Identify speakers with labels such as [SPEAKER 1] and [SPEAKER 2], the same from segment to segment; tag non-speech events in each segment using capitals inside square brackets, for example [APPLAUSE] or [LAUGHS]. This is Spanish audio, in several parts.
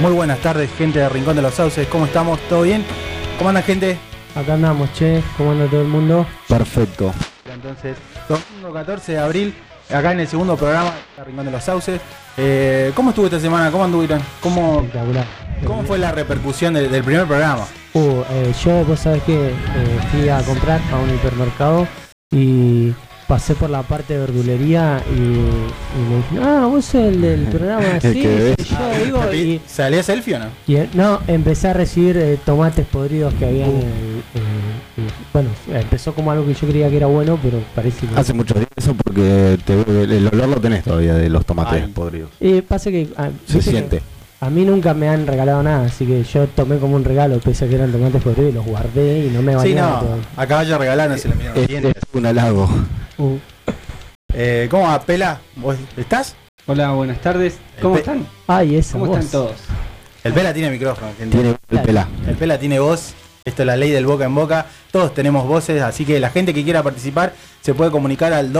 [SPEAKER 1] Muy buenas tardes, gente de Rincón de los Sauces. ¿Cómo estamos? ¿Todo bien? ¿Cómo andan, gente?
[SPEAKER 2] Acá andamos, che, ¿cómo anda todo el mundo?
[SPEAKER 3] Perfecto.
[SPEAKER 1] Entonces, domingo 14 de abril, acá en el segundo programa de Rincón de los Sauces. Eh, ¿Cómo estuvo esta semana? ¿Cómo anduvieron? ¿Cómo,
[SPEAKER 2] Espectacular.
[SPEAKER 1] cómo fue la repercusión del, del primer programa?
[SPEAKER 2] Uh, eh, yo, vos sabés que eh, fui a comprar a un hipermercado y pasé por la parte de verdulería y, y me dijeron, ah, vos sos el
[SPEAKER 3] [LAUGHS]
[SPEAKER 2] del programa,
[SPEAKER 3] El
[SPEAKER 2] sí,
[SPEAKER 3] que
[SPEAKER 2] sí, yo digo, y,
[SPEAKER 1] ¿Salía selfie o no?
[SPEAKER 2] y, eh, no, empecé a recibir eh, tomates podridos que habían, eh, eh, y, bueno, empezó como algo que yo creía que era bueno, pero parece que...
[SPEAKER 3] Hace muchos días eso porque te veo- el olor lo tenés todavía de los tomates
[SPEAKER 1] Ay.
[SPEAKER 3] podridos.
[SPEAKER 2] Eh, pasa que... ah,
[SPEAKER 3] Se
[SPEAKER 2] viste que-
[SPEAKER 3] siente.
[SPEAKER 2] A mí nunca me han regalado nada, así que yo tomé como un regalo, pese a que eran tomates podridos y los guardé y no me
[SPEAKER 1] Sí,
[SPEAKER 2] bañé.
[SPEAKER 1] no. A caballo regalado no se le miraron los
[SPEAKER 3] Es,
[SPEAKER 1] dientes.
[SPEAKER 3] Este es un halago.
[SPEAKER 2] Uh.
[SPEAKER 1] Eh, ¿Cómo va, Pela? ¿Vos estás?
[SPEAKER 4] Hola, buenas tardes. ¿Cómo
[SPEAKER 1] Pe-
[SPEAKER 4] están?
[SPEAKER 2] Ay, esa
[SPEAKER 4] ¿Cómo
[SPEAKER 2] voz.
[SPEAKER 4] están todos?
[SPEAKER 1] El Pela tiene micrófono, gente.
[SPEAKER 3] Tiene el
[SPEAKER 2] Claro.
[SPEAKER 3] pelá.
[SPEAKER 1] El Pela tiene voz, esto es la ley del boca en boca, todos tenemos voces, así que la gente que quiera participar se puede comunicar al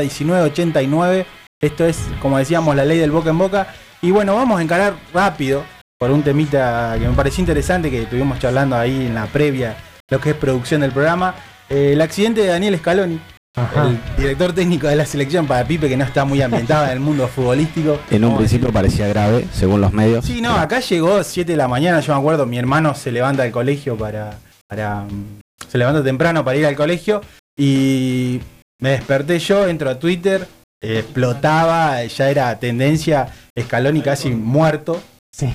[SPEAKER 1] 299-570-1989, esto es, como decíamos, la ley del boca en boca, y bueno, vamos a encarar rápido por un temita que me pareció interesante, que estuvimos charlando ahí en la previa, lo que es producción del programa, eh, el accidente de Daniel Scaloni,
[SPEAKER 2] Ajá.
[SPEAKER 1] el director técnico de la selección para Pipe, que no está muy ambientado en el mundo futbolístico.
[SPEAKER 3] En un
[SPEAKER 1] Vamos a decirlo.
[SPEAKER 3] principio parecía grave, según los medios.
[SPEAKER 1] Sí, no, acá llegó 7 de la mañana, yo me acuerdo, mi hermano se levanta del colegio para, para... mm, Se levanta temprano para ir al colegio y me desperté yo, entro a Twitter, eh, explotaba, ya era tendencia, Scaloni casi muerto,
[SPEAKER 2] [LAUGHS]
[SPEAKER 1] [LAUGHS]
[SPEAKER 2] Sí.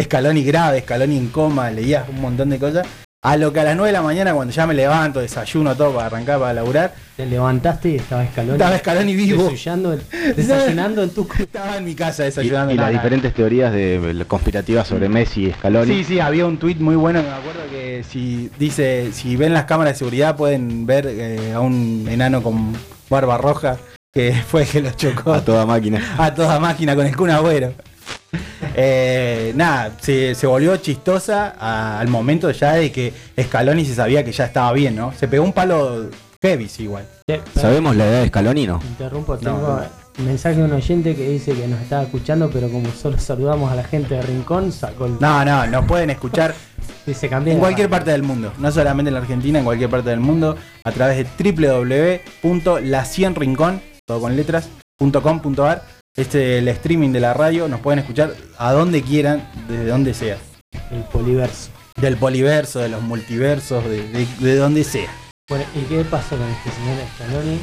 [SPEAKER 1] Scaloni grave, Scaloni en coma, leías un montón de cosas. A lo que a las 9 de la mañana, cuando ya me levanto, desayuno todo para arrancar, para laburar,
[SPEAKER 2] Te levantaste y estaba escalón.
[SPEAKER 1] estaba Scaloni vivo.
[SPEAKER 2] Desayunando, desayunando en tu cu-
[SPEAKER 1] [LAUGHS] Estaba en mi casa
[SPEAKER 3] Y, y
[SPEAKER 1] desayunando.
[SPEAKER 3] las
[SPEAKER 1] Nada.
[SPEAKER 3] diferentes teorías de, de conspirativas sobre Messi y Scaloni.
[SPEAKER 1] Sí, sí, había un tuit muy bueno que me acuerdo que si dice, si ven las cámaras de seguridad pueden ver eh, a un enano con barba roja que [LAUGHS] fue el que lo chocó
[SPEAKER 3] A toda máquina.
[SPEAKER 1] a toda máquina con el Kun Agüero. Eh, nada, se, se volvió chistosa a- al momento ya de que Scaloni se sabía que ya estaba bien, ¿no? Se pegó un palo heavy, sí, igual.
[SPEAKER 2] Che, perdón,
[SPEAKER 3] ¿Sabemos la edad de Scaloni? No.
[SPEAKER 2] Interrumpo,
[SPEAKER 1] No,
[SPEAKER 2] tengo
[SPEAKER 1] no.
[SPEAKER 2] un mensaje de un oyente que dice que nos estaba escuchando, pero como solo saludamos a la gente de Rincón, sacó el...
[SPEAKER 1] No, no, nos pueden escuchar
[SPEAKER 2] Dice, cambié
[SPEAKER 1] En
[SPEAKER 2] la
[SPEAKER 1] cualquier
[SPEAKER 2] radio".
[SPEAKER 1] parte del mundo, no solamente en la Argentina, en cualquier parte del mundo, a través de www.lacienrincón, todo con letras, punto com, punto ar. Este el streaming de la radio, nos pueden escuchar a donde quieran, desde donde sea.
[SPEAKER 2] El poliverso.
[SPEAKER 1] Del poliverso, de los multiversos, de, de- de donde sea.
[SPEAKER 2] Bueno, ¿y qué pasó con este señor Scaloni?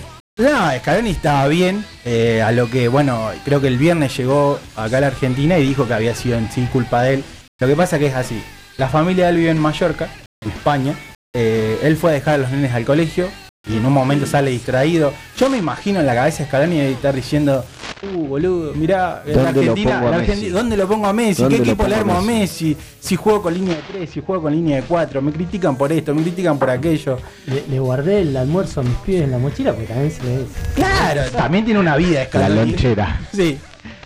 [SPEAKER 1] No, Scaloni estaba bien, eh, a lo que, bueno, creo que el viernes llegó acá a la Argentina y dijo que había sido en sí culpa de él. Lo que pasa que es así, la familia de él vive en Mallorca, en España, eh, él fue a dejar a los nenes al colegio y en un momento sale distraído. Yo me imagino en la cabeza de Scaloni de estar diciendo, uh, boludo, mirá, en
[SPEAKER 3] ¿Dónde lo
[SPEAKER 1] Argentina,
[SPEAKER 3] pongo a
[SPEAKER 1] la
[SPEAKER 3] Messi?
[SPEAKER 1] Argenti- ¿dónde lo pongo a Messi? ¿Qué
[SPEAKER 3] ¿Dónde lo
[SPEAKER 1] equipo le
[SPEAKER 3] pongo a
[SPEAKER 1] armo a Messi? Si juego con línea de 3, si juego con línea de 4, me critican por esto, me critican por aquello.
[SPEAKER 2] Le, le guardé el almuerzo a mis pibes en la mochila porque también se le...
[SPEAKER 1] Claro, también tiene una vida
[SPEAKER 3] La
[SPEAKER 1] Scaloni.
[SPEAKER 3] lonchera.
[SPEAKER 1] Sí.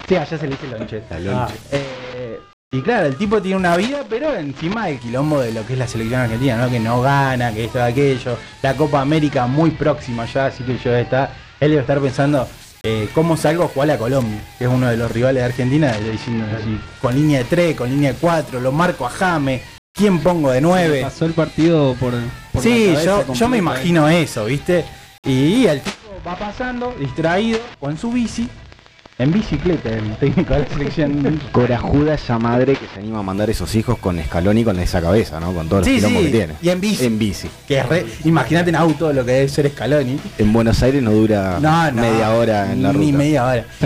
[SPEAKER 1] Sí, allá se le dice lonche.
[SPEAKER 3] La lonche.
[SPEAKER 1] Eh, y claro, el tipo tiene una vida, pero encima del quilombo de lo que es la selección argentina, ¿no? Que no gana, que esto, aquello. La Copa América muy próxima ya, así que yo está. Él debe estar pensando. eh, ¿Cómo salgo a jugar a Colombia? Que es uno de los rivales de Argentina, y diciendo así, con línea de 3, con línea de 4, lo marco a Jame, ¿quién pongo de 9?
[SPEAKER 4] Pasó el partido por. por
[SPEAKER 1] Sí,
[SPEAKER 4] la cabeza
[SPEAKER 1] yo, yo
[SPEAKER 4] completa.
[SPEAKER 1] me imagino eso, ¿viste? Y el tipo va pasando, distraído, con su bici, en bicicleta, el técnico de la [LAUGHS] selección.
[SPEAKER 3] Corajuda esa madre que se anima a mandar esos hijos con Scaloni con esa cabeza, ¿no? Con todos los
[SPEAKER 1] Sí,
[SPEAKER 3] quilombos
[SPEAKER 1] sí,
[SPEAKER 3] que tiene.
[SPEAKER 1] y en bici.
[SPEAKER 3] En bici.
[SPEAKER 1] que es re- Imagínate en auto lo que debe ser Scaloni.
[SPEAKER 3] En Buenos Aires no
[SPEAKER 1] No,
[SPEAKER 3] dura
[SPEAKER 1] no,
[SPEAKER 3] Ah, media hora en la ruta.
[SPEAKER 1] Ni media hora. Ya por las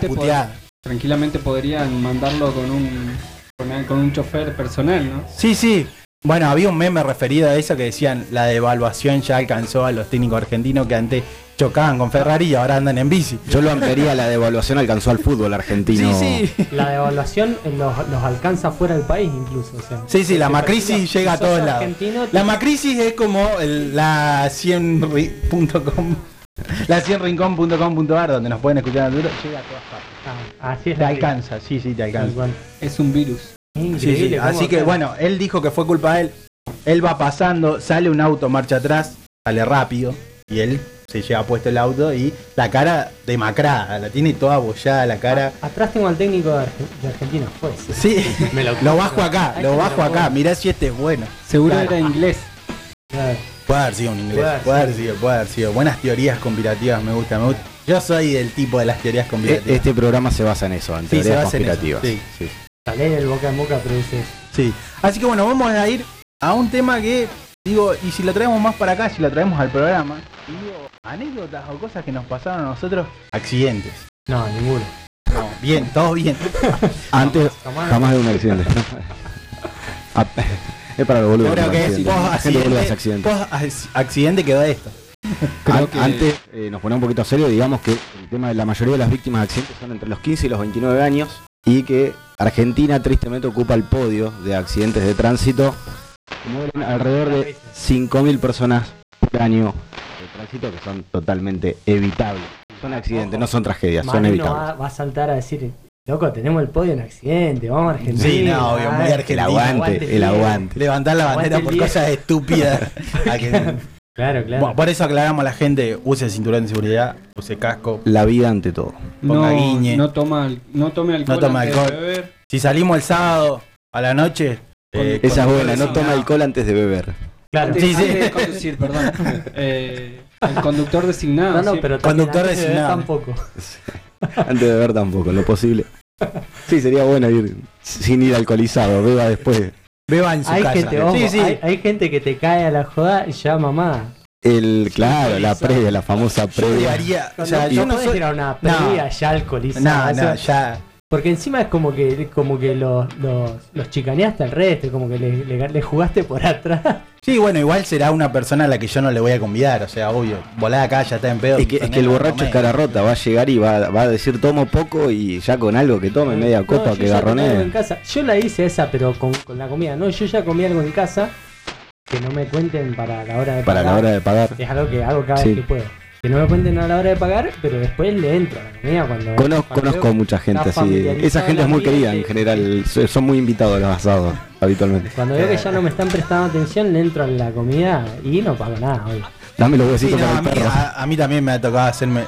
[SPEAKER 4] Tranquilamente, pod-
[SPEAKER 1] puteadas.
[SPEAKER 4] tranquilamente podrían mandarlo con un, con, con un chofer personal, ¿no?
[SPEAKER 1] Sí, sí. Bueno, había un meme referido a eso que decían la devaluación ya alcanzó a los técnicos argentinos que antes chocaban con Ferrari y ahora andan en bici.
[SPEAKER 3] Yo lo ampliaría, la devaluación alcanzó al fútbol argentino.
[SPEAKER 1] Sí, sí.
[SPEAKER 2] La devaluación eh, los, los alcanza fuera del país incluso. O sea,
[SPEAKER 1] Sí, sí, la
[SPEAKER 2] Si
[SPEAKER 1] Macrisis
[SPEAKER 2] sos-
[SPEAKER 1] llega a
[SPEAKER 2] si sos
[SPEAKER 1] todos lados.
[SPEAKER 2] argentino,
[SPEAKER 1] La Macrisis es como el- la 100.com. La 100rincón.com.ar donde nos pueden escuchar. Llega a todas partes.
[SPEAKER 2] ah, así es
[SPEAKER 1] Te
[SPEAKER 2] la
[SPEAKER 1] alcanza, sí, sí, te
[SPEAKER 2] vida, tal
[SPEAKER 1] alcanza.
[SPEAKER 2] cual.
[SPEAKER 4] Es un virus.
[SPEAKER 1] Sí, sí.
[SPEAKER 2] Increíble cómo
[SPEAKER 1] Así que
[SPEAKER 2] acá-
[SPEAKER 1] bueno, él dijo que fue culpa de él. Él va pasando, sale un auto marcha atrás, sale rápido. Y él se lleva puesto el auto y la cara demacrada, la tiene toda abollada la cara.
[SPEAKER 2] Atrás tengo al técnico de, Arge- de Argentina, pues.
[SPEAKER 1] Sí,
[SPEAKER 2] [LAUGHS]
[SPEAKER 5] Me lo-
[SPEAKER 1] lo bajo acá,
[SPEAKER 2] Ay,
[SPEAKER 1] lo
[SPEAKER 2] que me
[SPEAKER 1] bajo
[SPEAKER 2] lo
[SPEAKER 1] acá,
[SPEAKER 2] pongo.
[SPEAKER 1] mirá si este es bueno.
[SPEAKER 4] Seguro
[SPEAKER 1] Claro.
[SPEAKER 4] era inglés.
[SPEAKER 2] Claro.
[SPEAKER 1] Puede haber sido un inglés,
[SPEAKER 2] Puede haber
[SPEAKER 1] puede haber sido, puede haber sido. Buenas teorías conspirativas, me gusta, me gusta. Yo soy del tipo de las teorías
[SPEAKER 3] E-
[SPEAKER 1] conspirativas.
[SPEAKER 3] Este programa se basa en eso, en
[SPEAKER 1] Sí, se
[SPEAKER 3] teorías
[SPEAKER 1] basa en eso,
[SPEAKER 3] conspirativas.
[SPEAKER 1] sí.
[SPEAKER 3] Sí.
[SPEAKER 2] La ley del boca en boca produce eso.
[SPEAKER 1] Sí. Así que bueno, vamos a ir a un tema que, digo, y si lo traemos más para acá, si lo traemos al programa, digo, anécdotas o cosas que nos pasaron a nosotros, accidentes.
[SPEAKER 2] No, ninguno.
[SPEAKER 1] No, bien, todo bien.
[SPEAKER 3] Antes,
[SPEAKER 2] Jamás.
[SPEAKER 3] jamás de un accidente.
[SPEAKER 1] [LAUGHS]
[SPEAKER 3] Ah, [LAUGHS] es para los
[SPEAKER 1] Yo
[SPEAKER 3] boludos.
[SPEAKER 1] creo
[SPEAKER 3] los
[SPEAKER 1] que es
[SPEAKER 3] accidentes.
[SPEAKER 1] post
[SPEAKER 3] La gente boluda hace
[SPEAKER 1] accidente,
[SPEAKER 3] accidentes.
[SPEAKER 1] post ac- accidente quedó esto.
[SPEAKER 4] Creo
[SPEAKER 3] An-
[SPEAKER 4] que-
[SPEAKER 3] Antes eh, nos ponemos un poquito serio, digamos que el tema de la mayoría de las víctimas de accidentes son entre los 15 y los 29 años y que Argentina tristemente ocupa el podio de accidentes de tránsito. Mueren alrededor de 5.000 personas por año de tránsito que son totalmente evitables. Son accidentes, no son tragedias,
[SPEAKER 2] Más
[SPEAKER 3] son
[SPEAKER 2] uno
[SPEAKER 3] evitables.
[SPEAKER 2] va, va a saltar a decir, loco, tenemos el podio en accidente, vamos a Argentina.
[SPEAKER 1] Sí, no, obvio, muy
[SPEAKER 2] Ay,
[SPEAKER 1] argentino.
[SPEAKER 3] El aguante, el aguante.
[SPEAKER 1] Levantar la bandera
[SPEAKER 2] Aguante el
[SPEAKER 1] por
[SPEAKER 2] día.
[SPEAKER 1] cosas
[SPEAKER 2] [LAUGHS]
[SPEAKER 1] estúpidas. A que-
[SPEAKER 2] Claro, claro.
[SPEAKER 1] Bueno, por eso aclaramos a la gente, use cinturón de seguridad, use casco.
[SPEAKER 3] La vida ante todo.
[SPEAKER 1] Ponga
[SPEAKER 4] No,
[SPEAKER 1] guiñe.
[SPEAKER 4] no toma, al- no tome alcohol.
[SPEAKER 1] No tome
[SPEAKER 4] antes de
[SPEAKER 1] alcohol.
[SPEAKER 4] beber.
[SPEAKER 1] Si salimos el sábado a la noche, eh,
[SPEAKER 3] Esa es
[SPEAKER 1] con-
[SPEAKER 3] buena, no toma alcohol antes de [LAUGHS] beber.
[SPEAKER 2] claro.
[SPEAKER 4] Antes,
[SPEAKER 1] Sí, sí.
[SPEAKER 4] antes de
[SPEAKER 1] [LAUGHS]
[SPEAKER 4] conducir, perdón. Eh, el conductor designado.
[SPEAKER 2] No, no,
[SPEAKER 4] sí.
[SPEAKER 2] pero también
[SPEAKER 1] Conductor
[SPEAKER 2] antes de beber
[SPEAKER 1] designado.
[SPEAKER 2] tampoco.
[SPEAKER 3] Antes de beber tampoco, en lo posible. Sí, sería bueno ir sin ir alcoholizado, beba después.
[SPEAKER 1] beba en su
[SPEAKER 2] Hay
[SPEAKER 1] casa.
[SPEAKER 2] gente, ojo,
[SPEAKER 1] sí, sí.
[SPEAKER 2] Hay, hay gente que te cae a la joda y ya mamá.
[SPEAKER 3] El, claro, la
[SPEAKER 2] alcoholizado.
[SPEAKER 3] previa, la famosa
[SPEAKER 1] Yo
[SPEAKER 3] previa.
[SPEAKER 1] llevaría- o
[SPEAKER 2] Cuando
[SPEAKER 1] sea,
[SPEAKER 2] "Oh, no
[SPEAKER 1] yo no
[SPEAKER 2] podés
[SPEAKER 1] soy.
[SPEAKER 2] ir a una previa ya alcoholizada.
[SPEAKER 1] No,
[SPEAKER 2] o sea,
[SPEAKER 1] no, ya.
[SPEAKER 2] Porque encima es como que como que los, los, los chicaneaste al resto, como que le, le- le jugaste por atrás.
[SPEAKER 1] Sí, bueno, igual será una persona a la que yo no le voy a convidar, o sea, obvio. Volá acá, ya está en pedo.
[SPEAKER 3] Es que, es que el
[SPEAKER 1] no
[SPEAKER 3] borracho es
[SPEAKER 1] comés.
[SPEAKER 3] cara rota, va a llegar y va, va a decir tomo poco y ya con algo que tome, media
[SPEAKER 2] No,
[SPEAKER 3] copa
[SPEAKER 2] yo
[SPEAKER 3] que
[SPEAKER 2] ya comí algo en
[SPEAKER 3] garronee.
[SPEAKER 2] casa. Yo la hice esa, pero con, con la comida. No, yo ya comí algo en casa. Que no me cuenten para la hora de
[SPEAKER 3] Para la
[SPEAKER 2] pagar.
[SPEAKER 3] hora de pagar.
[SPEAKER 2] Es algo que hago cada
[SPEAKER 3] Sí.
[SPEAKER 2] vez que puedo. Que no me cuenten a la hora de pagar, pero después le entro a la comida cuando.
[SPEAKER 3] Conozco,
[SPEAKER 2] cuando
[SPEAKER 3] conozco mucha gente
[SPEAKER 2] está
[SPEAKER 3] así.
[SPEAKER 2] familiarizado
[SPEAKER 3] Esa gente es muy
[SPEAKER 2] el ambiente.
[SPEAKER 3] querida en general, so- son muy invitados a los asados habitualmente.
[SPEAKER 2] Cuando veo que ya no me están prestando atención, le entro a la comida y no pago nada hoy.
[SPEAKER 3] Dame los
[SPEAKER 1] Sí,
[SPEAKER 3] huesitos
[SPEAKER 1] no,
[SPEAKER 3] para
[SPEAKER 1] a,
[SPEAKER 3] el
[SPEAKER 1] mí,
[SPEAKER 3] perro.
[SPEAKER 1] a- a mí también me ha tocado hacerme.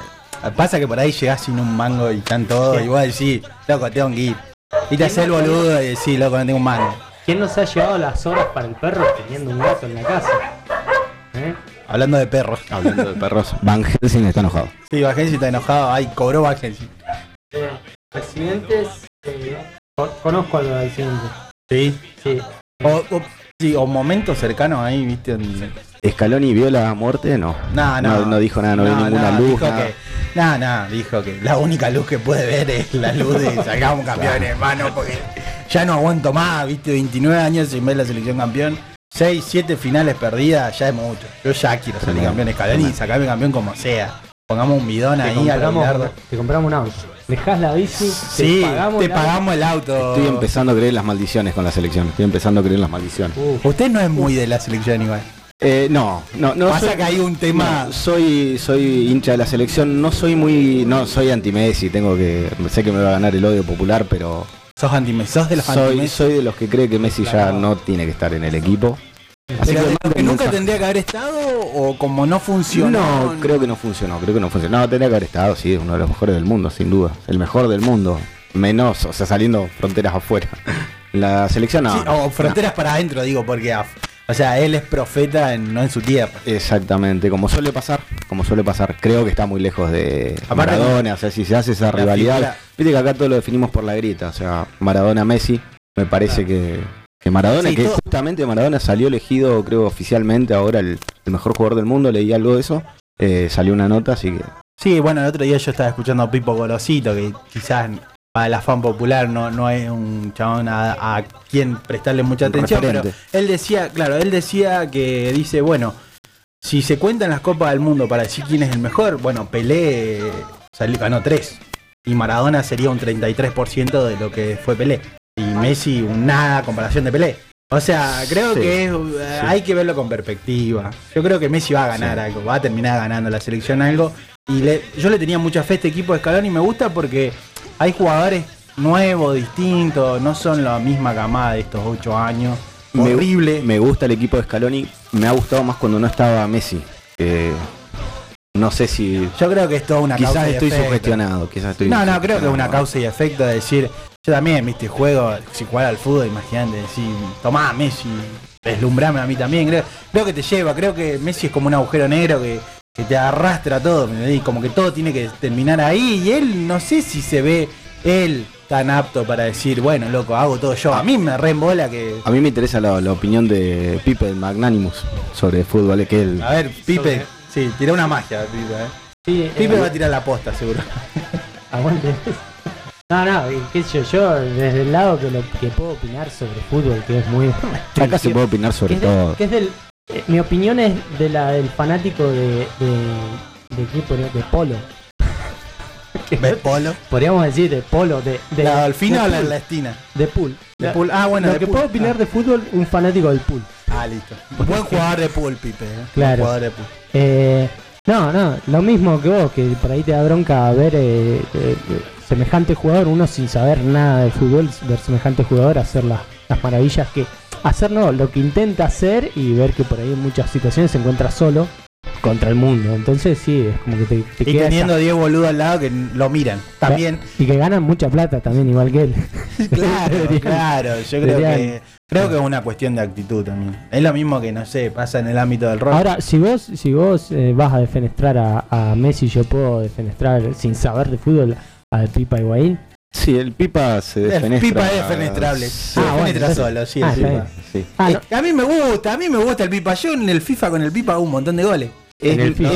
[SPEAKER 1] Pasa que por ahí llegás sin un mango y están todos, igual sí, loco, tengo que ir. Y te haces el boludo y decís, loco, no tengo un mango.
[SPEAKER 2] ¿Quién nos ha llevado las horas para el perro teniendo un gato en la casa? ¿Eh?
[SPEAKER 1] Hablando de perros.
[SPEAKER 3] Hablando de perros, Van Helsing está enojado.
[SPEAKER 1] [LAUGHS] Sí, Bajensi está enojado, ay, cobró Bajensi.
[SPEAKER 2] Eh, accidentes. eh, con- conozco algo de accidentes.
[SPEAKER 1] Sí.
[SPEAKER 2] Sí.
[SPEAKER 1] O, o, sí, o momentos cercanos ahí, viste. donde-
[SPEAKER 3] ¿Escaloni vio la muerte? No.
[SPEAKER 1] No, no.
[SPEAKER 3] No, no dijo nada, no vio ninguna luz,
[SPEAKER 1] Dijo
[SPEAKER 3] nada.
[SPEAKER 1] que, no, no, dijo que la única luz que puede ver es la luz
[SPEAKER 3] [LAUGHS]
[SPEAKER 1] de salgamos campeones, hermano, porque ya no aguanto más, viste, 29 años sin ver la selección campeón. 6, 7 finales perdidas, ya es mucho. Yo ya quiero salir
[SPEAKER 3] Tremendo,
[SPEAKER 1] campeón Escaloni,
[SPEAKER 3] tremendo.
[SPEAKER 1] sacame campeón como sea. Pongamos un bidón
[SPEAKER 2] Te,
[SPEAKER 1] ahí al
[SPEAKER 2] compramos,
[SPEAKER 1] Leonardo.
[SPEAKER 2] te compramos un auto. Dejás la bici.
[SPEAKER 1] Sí,
[SPEAKER 2] te pagamos.
[SPEAKER 1] te
[SPEAKER 2] la-
[SPEAKER 1] pagamos el auto.
[SPEAKER 3] Estoy empezando a creer en las maldiciones con la selección. Estoy empezando a creer en las maldiciones.
[SPEAKER 2] Uf,
[SPEAKER 1] Usted no es muy de la selección igual.
[SPEAKER 3] Eh, no, no, no.
[SPEAKER 1] Pasa
[SPEAKER 3] soy-
[SPEAKER 1] que hay un tema.
[SPEAKER 3] no, soy, soy hincha de la selección. No soy muy, no soy anti Messi. Tengo que, sé que me va a ganar el odio popular, pero
[SPEAKER 1] Sos anti sos de los
[SPEAKER 3] soy,
[SPEAKER 1] anti
[SPEAKER 3] soy de los que cree que Messi ya no tiene que estar en el equipo. Así
[SPEAKER 1] Pero de
[SPEAKER 3] que mando
[SPEAKER 1] los que
[SPEAKER 3] un
[SPEAKER 1] nunca
[SPEAKER 3] mensaje.
[SPEAKER 1] tendría que haber estado o como no
[SPEAKER 3] no,
[SPEAKER 1] funcionó.
[SPEAKER 3] creo que no funcionó. Creo que no funcionó. No, tendría que haber estado. Sí, es uno de los mejores del mundo, sin duda. El mejor del mundo. Menos, o sea, saliendo fronteras afuera. [LAUGHS] La selección no.
[SPEAKER 1] Sí, o fronteras para adentro, digo, porque af- o sea, él es profeta en- no en su tierra.
[SPEAKER 3] Exactamente, como suele pasar, como suele pasar, creo que está muy lejos de
[SPEAKER 1] Aparte,
[SPEAKER 3] Maradona, o sea, si se hace esa
[SPEAKER 1] la
[SPEAKER 3] rivalidad,
[SPEAKER 1] figura-
[SPEAKER 3] viste que acá todo lo definimos por la grieta, o sea, Maradona-Messi, me parece que, que Maradona,
[SPEAKER 1] Sí,
[SPEAKER 3] que
[SPEAKER 1] todo-
[SPEAKER 3] justamente Maradona salió elegido, creo, oficialmente ahora el, el mejor jugador del mundo, leí algo de eso, eh, salió una nota, así que
[SPEAKER 1] Sí, bueno, el otro día yo estaba escuchando a Pipo Gorosito, que quizás para el afán popular no, no es un chabón a, a quien prestarle mucha
[SPEAKER 3] Un
[SPEAKER 1] atención,
[SPEAKER 3] referente.
[SPEAKER 1] pero él decía, claro, él decía que dice, bueno, si se cuentan las copas del mundo para decir quién es el mejor, bueno, Pelé salió, ganó 3 y Maradona sería un 33% de lo que fue Pelé y Messi un nada a comparación de Pelé. O sea, creo
[SPEAKER 3] Sí,
[SPEAKER 1] que es- hay que verlo con perspectiva. Yo creo que Messi va a ganar
[SPEAKER 3] Sí.
[SPEAKER 1] algo, va a terminar ganando la selección algo y le- yo le tenía mucha fe a este equipo de Escalón y me gusta porque hay jugadores nuevos, distintos, no son la misma camada de estos ocho años.
[SPEAKER 3] Me-
[SPEAKER 1] Horrible.
[SPEAKER 3] me gusta el equipo de Scaloni, me ha gustado más cuando no estaba Messi, eh, No sé si.
[SPEAKER 1] Yo creo que es toda una
[SPEAKER 3] quizás
[SPEAKER 1] causa y
[SPEAKER 3] estoy
[SPEAKER 1] efecto.
[SPEAKER 3] sugestionado. Quizás estoy
[SPEAKER 1] No, no, creo que es
[SPEAKER 3] sugestionado.
[SPEAKER 1] una causa y efecto de decir, yo también, viste, juego, si jugar al fútbol, imagínate, decir, tomá Messi, deslumbrame a mí también, creo, creo que te lleva, creo que Messi es como un agujero negro que, que te arrastra todo, ¿me entendés? como que todo tiene que terminar ahí y él, no sé si se ve él tan apto para decir, bueno, loco, hago todo yo, a mí me reembola que...
[SPEAKER 3] A mí me interesa la, la opinión de Pipe del Magnanimus sobre el fútbol, eh, que él.
[SPEAKER 2] Ah,
[SPEAKER 1] A ver, Pipe, sí, tira una magia, Pipe, eh.
[SPEAKER 2] Sí,
[SPEAKER 1] Pipe
[SPEAKER 2] eh,
[SPEAKER 1] va a tirar la posta,
[SPEAKER 2] [LAUGHS]
[SPEAKER 1] seguro.
[SPEAKER 2] Aguante. [LAUGHS] No, no, y qué sé yo, yo desde el lado que, lo, que puedo opinar sobre fútbol, que es muy... [LAUGHS]
[SPEAKER 3] Acá se puede opinar
[SPEAKER 2] que
[SPEAKER 3] sobre
[SPEAKER 2] es del-
[SPEAKER 3] todo.
[SPEAKER 2] que es del- eh, mi opinión es de la del fanático de... de, de equipo, de, de polo. [LAUGHS]
[SPEAKER 1] ¿Ves polo?
[SPEAKER 2] Podríamos decir de polo, de...
[SPEAKER 1] [LAUGHS]
[SPEAKER 2] de
[SPEAKER 1] ¿La Dolfina
[SPEAKER 2] de
[SPEAKER 1] o la,
[SPEAKER 2] pool,
[SPEAKER 1] la estina?
[SPEAKER 2] De pool.
[SPEAKER 1] De pool. Ah, bueno,
[SPEAKER 2] Lo
[SPEAKER 1] de
[SPEAKER 2] que
[SPEAKER 1] pool.
[SPEAKER 2] puedo opinar de fútbol, un fanático del pool.
[SPEAKER 1] Ah, listo. Buen jugador de pool, Pipe. ¿eh?
[SPEAKER 2] Claro.
[SPEAKER 1] Buen jugador de pool.
[SPEAKER 2] Eh, no, no, lo mismo que vos, que por ahí te da bronca ver eh, eh, semejante jugador, uno sin saber nada de fútbol, ver semejante jugador hacer las, las maravillas que... Hacer no, lo que intenta hacer y ver que por ahí en muchas situaciones se encuentra solo contra el mundo. Entonces sí, es como que te, te
[SPEAKER 1] Y
[SPEAKER 2] queda esa-
[SPEAKER 1] teniendo a Diego Boludo al lado que n- lo miran.
[SPEAKER 2] [LAUGHS]
[SPEAKER 1] También. [LAUGHS]
[SPEAKER 2] Y que ganan mucha plata también, igual que él.
[SPEAKER 1] claro,
[SPEAKER 2] Deberían-
[SPEAKER 1] claro. Yo creo
[SPEAKER 2] deberían-
[SPEAKER 1] que, creo que es una cuestión de actitud también. Es lo mismo que, no sé, pasa en el ámbito del rock.
[SPEAKER 2] Ahora, si vos, si vos eh, vas a defenestrar a, a Messi, yo puedo defenestrar sin saber de fútbol al Pipa Higuaín.
[SPEAKER 3] Sí, el Pipa se
[SPEAKER 1] el
[SPEAKER 3] defenestra.
[SPEAKER 1] pipa es fenestrable.
[SPEAKER 3] Sí,
[SPEAKER 1] Se
[SPEAKER 2] Ah, bueno,
[SPEAKER 1] fenestra
[SPEAKER 2] entonces-
[SPEAKER 1] solo, sí, el
[SPEAKER 2] Ah, está
[SPEAKER 1] Pipa.
[SPEAKER 2] bien.
[SPEAKER 3] sí.
[SPEAKER 2] Ah,
[SPEAKER 1] Es
[SPEAKER 2] no,
[SPEAKER 1] que A mí me gusta, a mí me gusta el pipa. Yo en el FIFA con el pipa hago un montón de goles.
[SPEAKER 3] Es,
[SPEAKER 2] En el
[SPEAKER 3] es
[SPEAKER 2] FIFA.